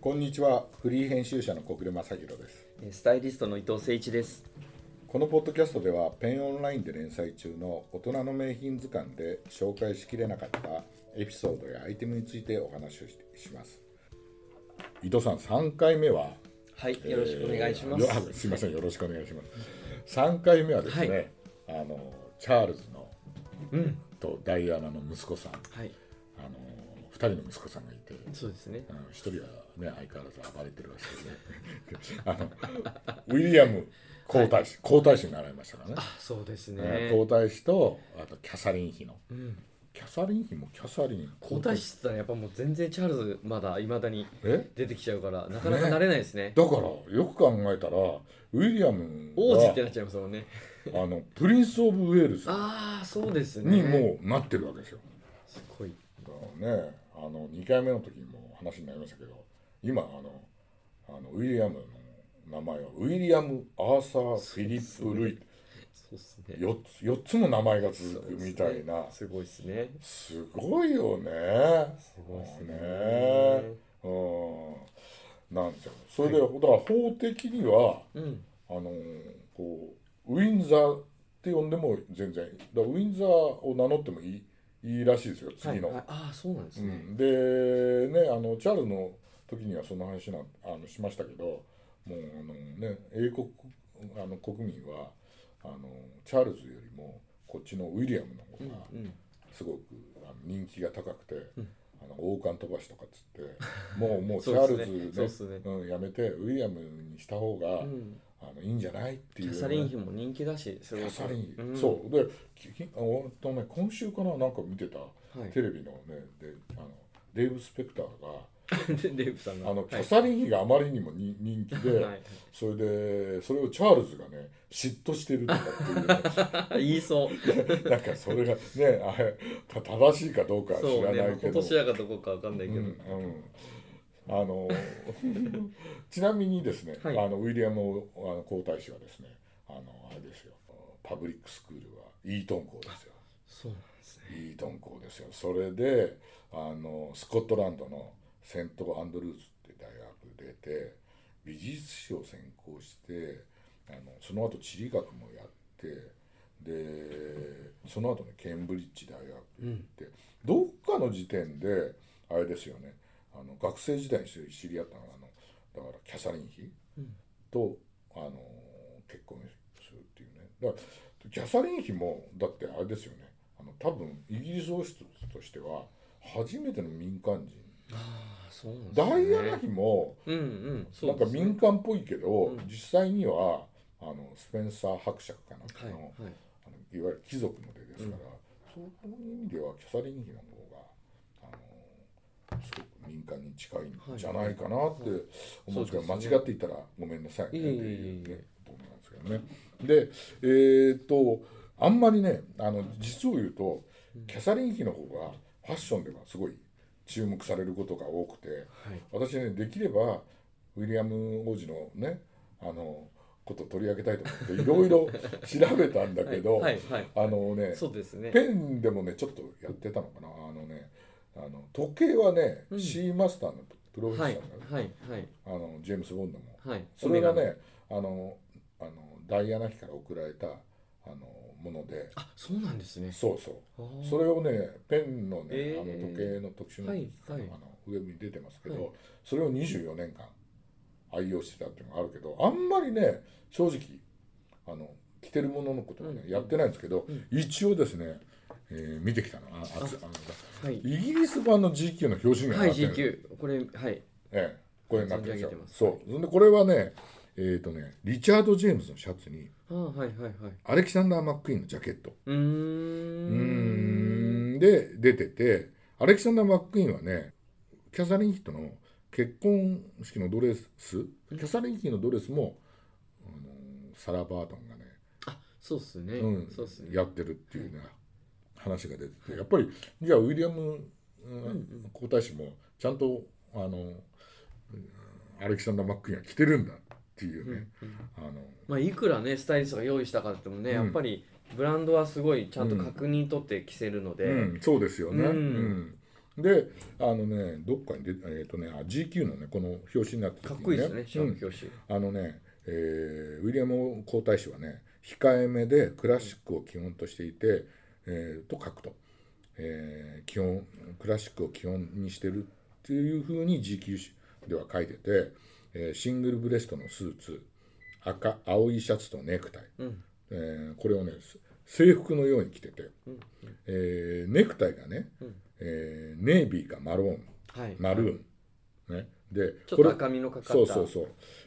こんにちはフリー編集者の小暮正弘ですえースタイリストの伊藤誠一です。このポッドキャストではペンオンラインで連載中の大人の名品図鑑で紹介しきれなかったエピソードやアイテムについてお話をしします伊藤さん3回目ははい、よろしくお願いしまえす。ーよあすいませんよろしくお願いします3回目はですね、あのチャールズの、とダイアナの息子さんはい、あの2人の息子さんがいてそうですねあ。の一人はね相変わらず暴れてるらしいね あのウィリアム皇太子、皇太子になられましたからねあ、そうですえねー。皇太子とあとキャサリン妃のうんキャサリン妃もキャサリン皇太子って言ったらやっぱもう全然チャールズまだいまだにえ出てきちゃうからなかなか慣れないですね。だからよく考えたらウィリアム王子ってなっちゃいますもんね。あのプリンス・オブ・ウェールズああ、そうですね。にもうなってるわけですよすごい。だからねあの2回目の時にも話になりましたけど今あのあのウィリアムの名前はウィリアム・アーサー・フィリップ・ルイそうですね。 4つ四つも名前がそう続くですねみたいなすごいですね。すごいよねすごいっすねうんなんですよそれで、だから法的にはうん。あのこうウィンザーって呼んでも全然だからウィンザーを名乗ってもいいいいらしいですよ次の、はいはいああ、そうなんですうね。ん、でねあのチャールズの時にはその話なあのしましたけどもうあの、ね、英国あの国民はあのチャールズよりもこっちのウィリアムの方がうん。すごくあの人気が高くて、うんあの王冠飛ばしとかっつ ってもうもうチそうャーですルねズ、そうですねうん、やめてウィリアムにした方が、うんあのいいんじゃないってキいう、ャね。サリン妃も人気だし、すキごャいサリン、うんそうでききあほんとね今週かななんか見てた、はいテレビのねであのデーブ・スペクターがでデーブさんが。あのキャはいサリン妃があまりにもに人気で、はいそれでそれをチャールズがね嫉妬してるとかってあ言いそう。 いうねなんかそれがねあれた正しいかどうかは知そうらねなまあいけ今ど年やかどこかわかんないけうんど、うんあの ちなみにですね、はいあのウィリアムあの皇太子はですねあのあれですよパブリックスクールはイートン校ですよ。そうなんですねイートン校ですよそれであのスコットランドのセントアンドルーズって大学出て美術史を専攻してあのその後地理学もやってでその後ねケンブリッジ大学行って、どっかの時点であれですよねあの学生時代に知り合ったのがあのだからキャサリン妃と、あの結婚するっていうねだからキャサリン妃もだってあれですよねあの多分イギリス王室としては初めての民間人あそうなんダイアねナ妃もうんうんそなうんでかすね民間っぽいけど、うん実際にはあのスペンサー伯爵かなんかはいの,、はいい、あのいわゆる貴族の出ですから、そういう意味ではキャサリン妃の方があのすごく民間に近いんじゃないかなって思うんですけど、そうですね間違っていたらごめんなさいねっていえいえいえいうねと思なんですけどね。でえーっとあんまりねあの実を言うとキャサリン妃の方がファッションではすごい注目されることが多くて。はい私ねできればウィリアム王子のねあのことを取り上げたいと思っていろいろ調べたんだけど、 はいはいあのねそうですねペンでもねちょっとやってたのかなあのねあの時計はね、うんシーマスターのプロフェッはシいョナル、はいはいあのジェームス・ボンドもはいそれがオメガのねあのあのダイアナ妃から送られたあのものであそうなんですねそうそうあーそれをねペンのね、えーあの時計の特集の,、はいはいあの上に出てますけど、はいそれを24年間愛用してたっていうのがあるけどあんまりね正直あの着てるもののことはね、うんやってないんですけど、うん一応ですね、えー見てきたのああつあのはいイギリス版の GQ の表紙にはないってるんですよ GQ これはいええこれになってるんですよ存じ上げてますそうそんでこれはねえっ、とねリチャード・ジェームズのシャツにあーはいはいはいアレキサンダー・マック・イーンのジャケットううーーんんで出ててアレキサンダー・マックイーンはねキャサリン妃との結婚式のドレスキャサリン妃のドレスも、あのサラ・バートンがね、あそうっすねうんそうっすねやってるっていうね話が出ててやっぱりじゃあウィリアム、うん皇太子もちゃんとあの、うんアレキサンダー・マックイーンは着てるんだっていうね、あのまあいくらねスタイリストが用意したかってもねうんやっぱりブランドはすごいちゃんと確認取って着せるのうでん、そうですよね、うんうんであのねどっかに出えっ、とねあ GQ のねこの表紙になってかっこいいですよね、シャープ表紙。あのね、えーウィリアム皇太子はね控えめでクラシックを基本としていて、えーと書くと、えー基本クラシックを基本にしてるっていうふうに GQ では書いてて、えーシングルブレストのスーツ赤青いシャツとネクタイ、うんえーこれをね制服のように着てて、んえーネクタイがね、うんえーネイビーかマローンはい。マルーン、ね、でちこょっとれ赤みのかかった。そうそうそ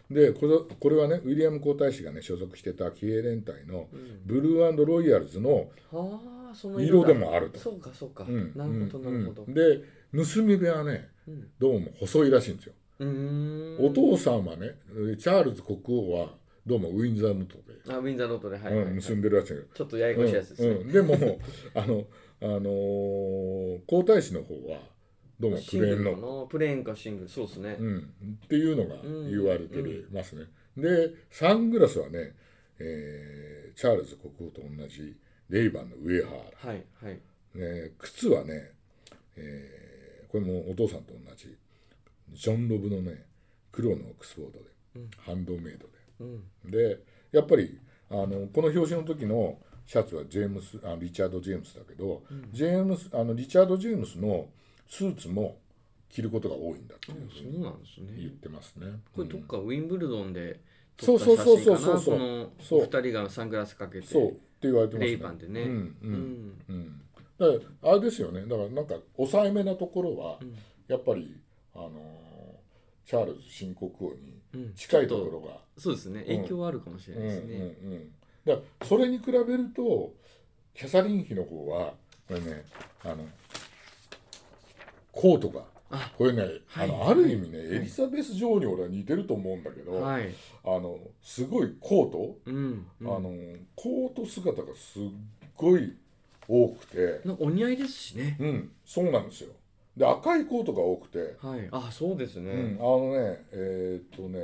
うでこれこれはねウィリアム皇太子がね所属してた騎兵連隊のうんブルーロイヤルズのはあ、その色だで。もあると。そうか、そうか。うんなるほど、うんなるほどう。んで盗み部屋はねうんどうも細いらしいんですよ。うーん。お父さんはねチャールズ国王はどうもウィンザーノートで、あ、ウィンザーノートで、はいはいはい。うんち結んでるらしいんだけどょっとややこしいやつですうんね。うんでもあの、あのー皇太子の方はどうもプシンレグーンルのかなプレーンかシングル、そうですねう。ん、っていうのが言われてますね。でサングラスはね、えーチャールズ国王と同じレイバンのウェーハはい、はい。ーラ、ね、靴はね、えーこれもお父さんと同じジョン・ロブのね黒のオックスフォードで、うんハンドメイドうん。ででやっぱりあのこの表紙の時のシャツはジェームスあリチャード・ジェームスだけど、ジェームスあのリチャード・ジェームスのスーツも着ることが多いんだっていうふうそにうなんです言っね。てますね。これどっかウィンブルドンでそ撮うったそう写そう真そかうそうそうな。このそうお二人がサングラスかけて。そうって言われてますレイバンでねうんううんん。うん。だからあれですよね。だからなんか抑えめなところはんやっぱりあのーチャールズ新国王にうん近いところが、そうですね。影響はあるかもしれうんなういんですね。うん。だからそれに比べるとキャサリン妃の方はこれねあのコートがあこれね、はあいのある意味ね、エリザベス女王に俺は似てると思うんだけど、はい。あのすごいコート、うん。うんあのコート姿がすっごい多くて、なんかお似合いですしね。うん、そうなんですよ。で赤いコートが多くて、はい。あ、そうですうねん、。あのねえーっとね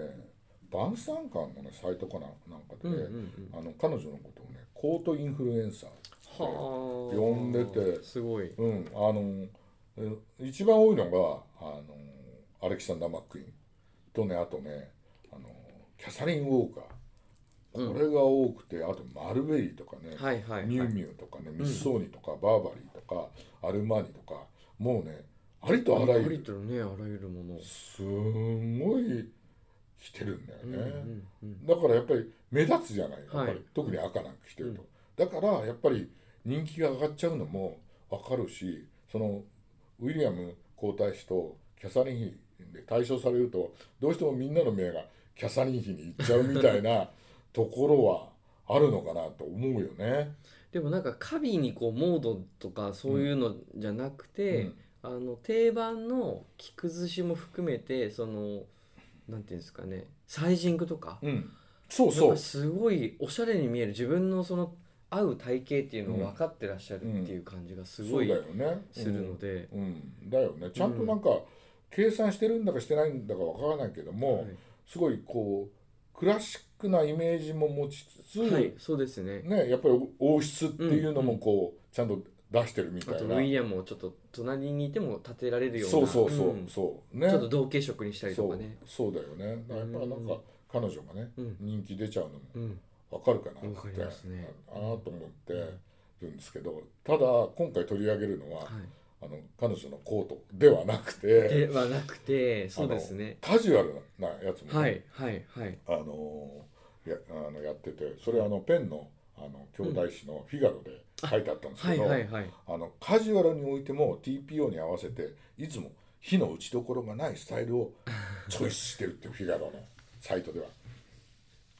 晩餐館の、ね、サイトかななんかで、うんうんうん。あの彼女のことをねコートインフルエンサー、はあ。呼んでてすごい。うん、あのえ一番多いのがあのアレキサンダー・マックイーンとねあとねあのキャサリン・ウォーカうーんこれが多くて、あとマルベリーとかね、はいはいはい。ミュウミュウとかね、ミッソーニとか、バーバリーとか、アルマーニとか、もうね、ありとあらゆありる、とね、あらゆるもの。すんごい来てるんだようんね。うんうんだからやっぱり目立つじゃない、やっぱり、はい特に赤なんか着てると。だからやっぱり人気が上がっちゃうのもわかるし、そのウィリアム皇太子とキャサリン妃で対象されると、どうしてもみんなの目がキャサリン妃に行っちゃうみたい なところはあるのかなと思うよね。でもなんかカビにこうモードとかそういうのじゃなくて、うんあの定番の着崩しも含めてそのなんていうんですかねサイジングとか,、うん、そうそなうんか。すごいおしゃれに見える自分のその合う体型っていうのを分かってらっしゃるっていう感じがすごいそうだよねするので、うんうんだよねちゃんとなんか、計算してるんだかしてないんだかわからないけども、はいすごいこうクラシックなイメージも持ちつつ、はい、そうですね。ね、やっぱり王室っていうのもこう、ちゃんと出してるみあたといウなィリアムをちょっと隣にいても立てられるようなそうそうそう、んちそうねょっと同系色にしたりとそかうね。そうだよねだからやっぱなんか、彼女がね、うん人気出ちゃうのもうん、わかるかなってわかりますねああーと思ってるんですけどただ今回取り上げるのは、はいあの彼女のコートではなくて。ではなくてそうですねカジュアルなやつもね、はいはいはいあのーやあのやっててそれあのペンのあの兄弟誌の「フィガロ」で書いてあったんですはけいど、はいはいあのカジュアルにおいても TPO に合わせていつも火の打ちどころがないスタイル をチョイスしてるっていうフィガロのサイトでは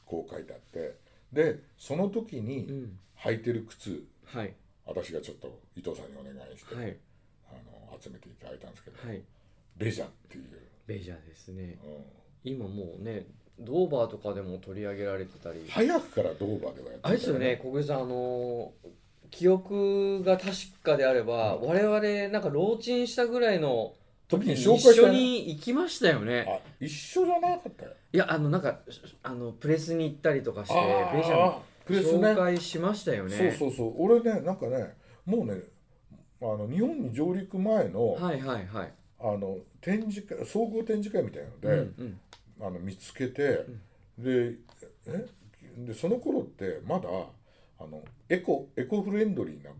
こう書いてあってでその時うにん履いてる靴はい私がちょっと伊藤さんにお願いして、はいあの集めていただいたんですけど、はいベジャっていう、ベジャーですねう今もうねドーバーとかでも取り上げられてたりん、早くからドーバーではやってたあれですよね小暮さんあの記憶が確かであれば我々なんか老陳したぐらいの時に一紹介した緒よねに行きましたよねあ一緒じゃなかったよいやあのなんかあのプレスに行ったりとかしてあーベジャープレスね紹介しましたよねそうそうそう俺ねなんかねもうねあの日本に上陸前の,、はいはいはい。あの展示会総合展示会みたいので、うんうんあの見つけて、でえでその頃ってまだあのエコエコフレンドリーな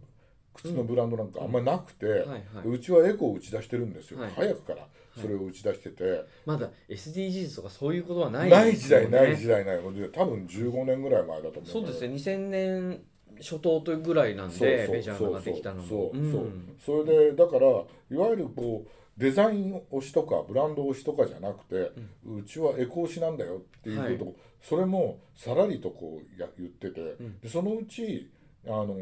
靴のブランドなんかあんまりなくて、んはいはいうちはエコを打ち出してるんですよ、はい早くからそれを打ち出してて、まだ SDGs とかそういうことはないないです時よ代ない時代ないので多分15年ぐらい前だと思うんだけどそうですね2000年初頭というぐらいなんそうそうでメジャーができたのそもうそううそうんそれでだからいわゆるこうデザイン推しとかブランド推しとかじゃなくて、うちはエコ推しなんだよっていうことを、それもさらりとこうや言ってて、んでそのうちあのあの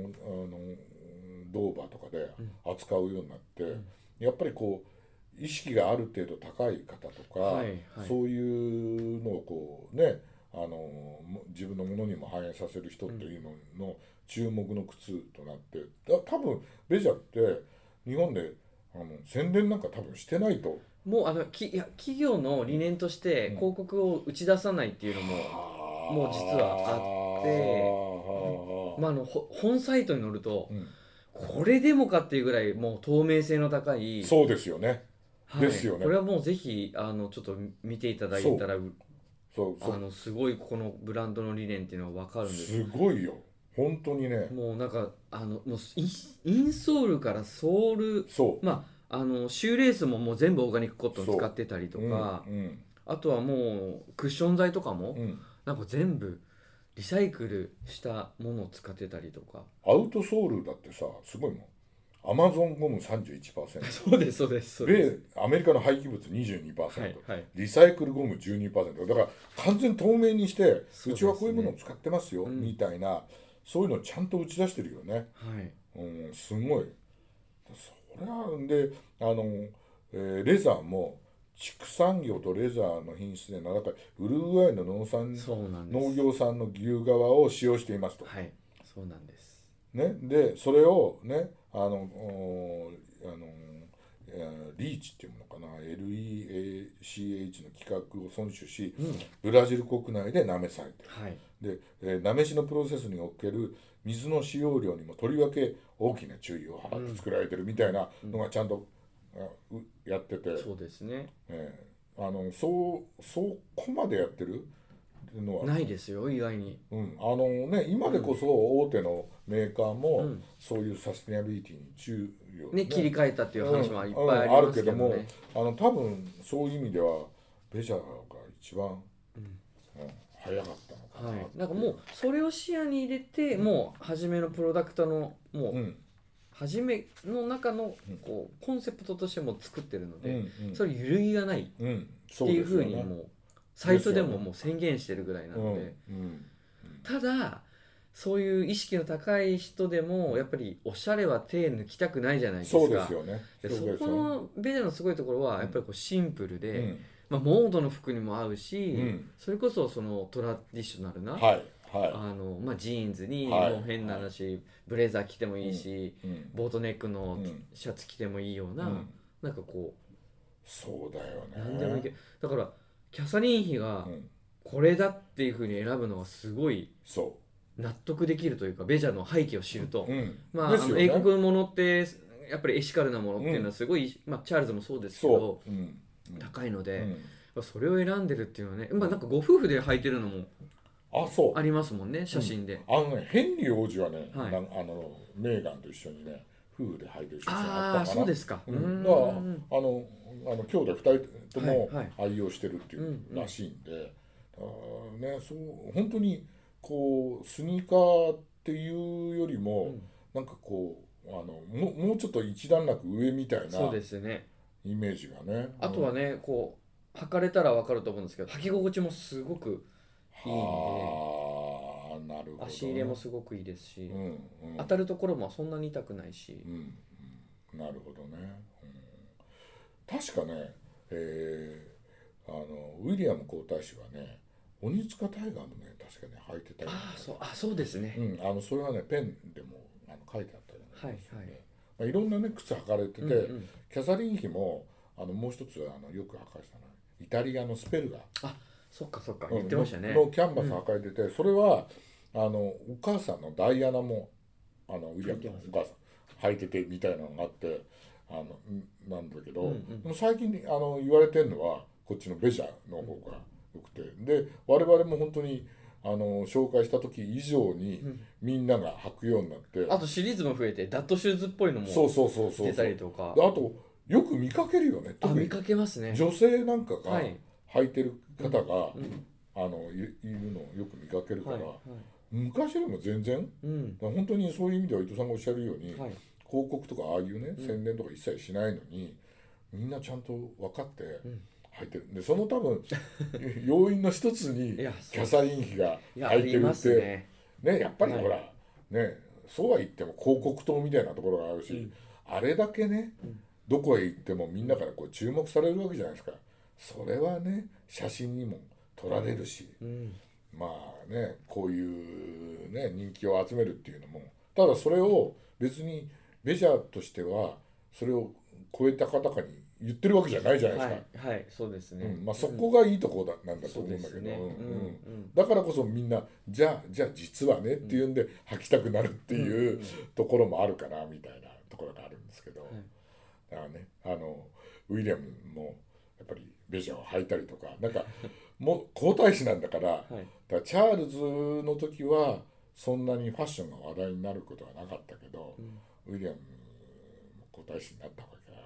ドーバーとかで扱うようになって、やっぱりこう意識がある程度高い方とか、はいはいそういうのをこうねあのも自分のものにも反映させる人っていうのの注目の靴となってだ多分ベジャーって日本であの宣伝なんか多分してないともうあのきいや企業の理念としてうん広告を打ち出さないっていうのも、もう実はあってあまあ、あのほ本サイトに載るとうんこれでもかっていうぐらいもう透明性の高いそうですよねはいですよねこれはもうぜひあのちょっと見ていただいたらうそうそあうのすごいこのブランドの理念っていうのは分かるんですすごいよ本当にねもうなんかあのもうインインソールからソールそうまああのシューレースももう全部オーガニックコットン使ってたりとか、うんあとはもうクッション材とかも、うんうんなんか全部リサイクルしたものを使ってたりとかアウトソールだってさすごいもんアマゾンゴム31%そうですそうですそうでですアメリカの廃棄物22%、はいはいリサイクルゴム12%だから完全に透明にしてう,、すねちはこういうものを使ってますよ、うんみたいなそういうのをちゃんと打ち出してるよね、はいうん、すごいそれはであの、えーレザーも畜産業とレザーの品質で7回ウルグアイの農産そうなんです農業産の牛革を使用していますと、はいそうなんですね、でそれをねあのおーあのーえーリーチっていうものかな LEACH の規格を遵守し、うんブラジル国内でなめされてはいるで、えー、なめしのプロセスにおける水の使用量にもとりわけ大きな注意を払って作られてるみたいなのがちゃんと、あうやってて、そうですねえーあのそうそこまでやってるのはないですよ意外にうん、あのね今でこそ大手のメーカーも、うんそういうサステナビリティに注意をね切り替えたっていう話もいっぱいうんうんあありるますけけどどもねあの多分そういう意味ではベジャーが一番、うんうん早かったのかな、はいなんかもうそれを視野に入れてもう初めのプロダクトのもううん初めの中のうんこうコンセプトとしても作ってるのうんで、うんそれ揺るぎがないっうんてそういうですふうよにねもうサイトでですもよねもう宣言してるぐらいなので、うんうんただそういう意識の高い人でもやっぱりおしゃれは手抜きたくないじゃないですかそうですよねうでですそよこのベジャのすごいところうんはやっぱりこうシンプルで、うんまあ、モードの服にも合うし、うんそれこそそのトラディショナルな、はいはあのまあ、ジーンズに、はいもう変な話、ブレザー着てもいいし、い、うんボートネックのうんシャツ着てもいいような、うんなんかこそうだよねう何でもいける、だからキャサリン妃がうん、これだっていうふうに選ぶのはすごいそ納得できるというかベジャーの背景を知ると、う、うん、まあ、であすのよね英国ものってやっぱりエシカルなものっていうのはすごい、まあ、チャールズもそうですけどそう、うんうん高いのうで、ん、まあそれを選んでるっていうのはね、まあ、なんかご夫婦で履いてるのもあそうありますもんね写真で、あのね、ヘンリー王子はね、はいなんあのメーガンと一緒にね、夫婦で履いてる写真ああったかあな。そうですかううーん、んだからあのあの兄弟二人ともはいはい愛用してるっていううんうんらしいんで、あーね、そう本当にこうスニーカーっていうよりも、うんなんかこうあのももうちょっと一段落上みたいなそうですねイメージがね。あとはね、こう履かれたらわかると思うんですけど履き心地もすごくいいんはあ、なるほど、で足入れもすごくいいですし、うんうん当たるところもそんなに痛くないしう、んうん、なるほどね、うん、確かね、えーあのウィリアム皇太子はね鬼塚大河のね確かね履いてたよねああそうあそうですね、うん、あのそれはねペンでもあの書いてあったよねはいはいまあ、いろんなね靴履かれてて、うんうんキャサリン妃もあのもう一つあのよく履かれてたのはイタリアのスペルガーあそっかそっか言ってましたね、ののキャンバス履かれてて、それはあのお母さんのダイアナもあのウィリアムのお母さん履いててみたいなのがあってあのんなんだけど、うんうんでも最近あの言われてるのはこっちのベジャーの方が良くてで我々も本当にあの紹介した時以上にうんみんなが履くようになって、あとシリーズも増えてダットシューズっぽいのもそうそうそうそう出そたうりとかであとよく見かけるよねあ特見にかけますね女性なんかがはい履いてる方が、うんあのいいるのをよく見かけるかはら、いはい昔よりも全然だかうんら本当にそういう意味では伊藤さんがおっしゃるように、はい広告とかああいうねうん宣伝とか一切しないのに、みんなちゃんと分かってうん履いてるでその多 分要因の一つにいやキャサリン妃がいやあ履いてりるまってすねね、やっぱりはいほら、ねそうは言っても広告塔みたいなところがあるし、うんあれだけね、うんどこへ行ってもみんなからこう注目されるわけじゃないですかそれはね写真にも撮られるし、うんまあねこういう、ね、人気を集めるっていうのもただそれを別にメジャーとしてはそれを超えた方々に言ってるわけじゃないじゃないですはか、いはいそうですねうんまあ、そこがいいとこだ、なんだとそ思ううんでだけど。すねうんうんうんだからこそみんなじゃあじゃあ実はねっていうんで履きたくなるっていううんところもあるかなみたいなところがあるんですけど、いだからねあのウィリアムもやっぱりベジャーを履いたりとかなんか もう皇太子なんだからだかはいらチャールズの時はそんなにファッションが話題になることはなかったけど、うんウィリアム皇太子になったわけだか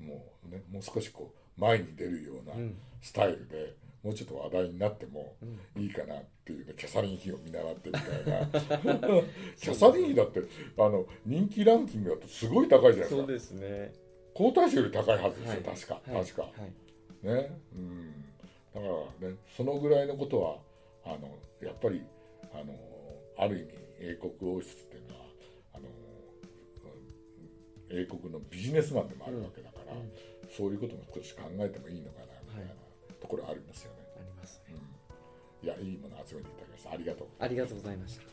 らもうねもう少しこう前に出るようなうんスタイルで、もうちょっと話題になってもうんいいかなっていうねキャサリン妃を見習ってみ たいなキャサリン妃だってあの人気ランキングだとすごい高いじゃないですそうかですね皇太子より高いはずですよ、はい確か、はい確かはいねうんだからねそのぐらいのことはあのやっぱりあのある意味英国王室っていうのはあの英国のビジネスマンでもあるわけだから、うんうんそういうことも少し考えてもいいのかなみたいなはいところありますよね、ありますねうんいやいいもの集めていただきましたありがとうございますありがとうございました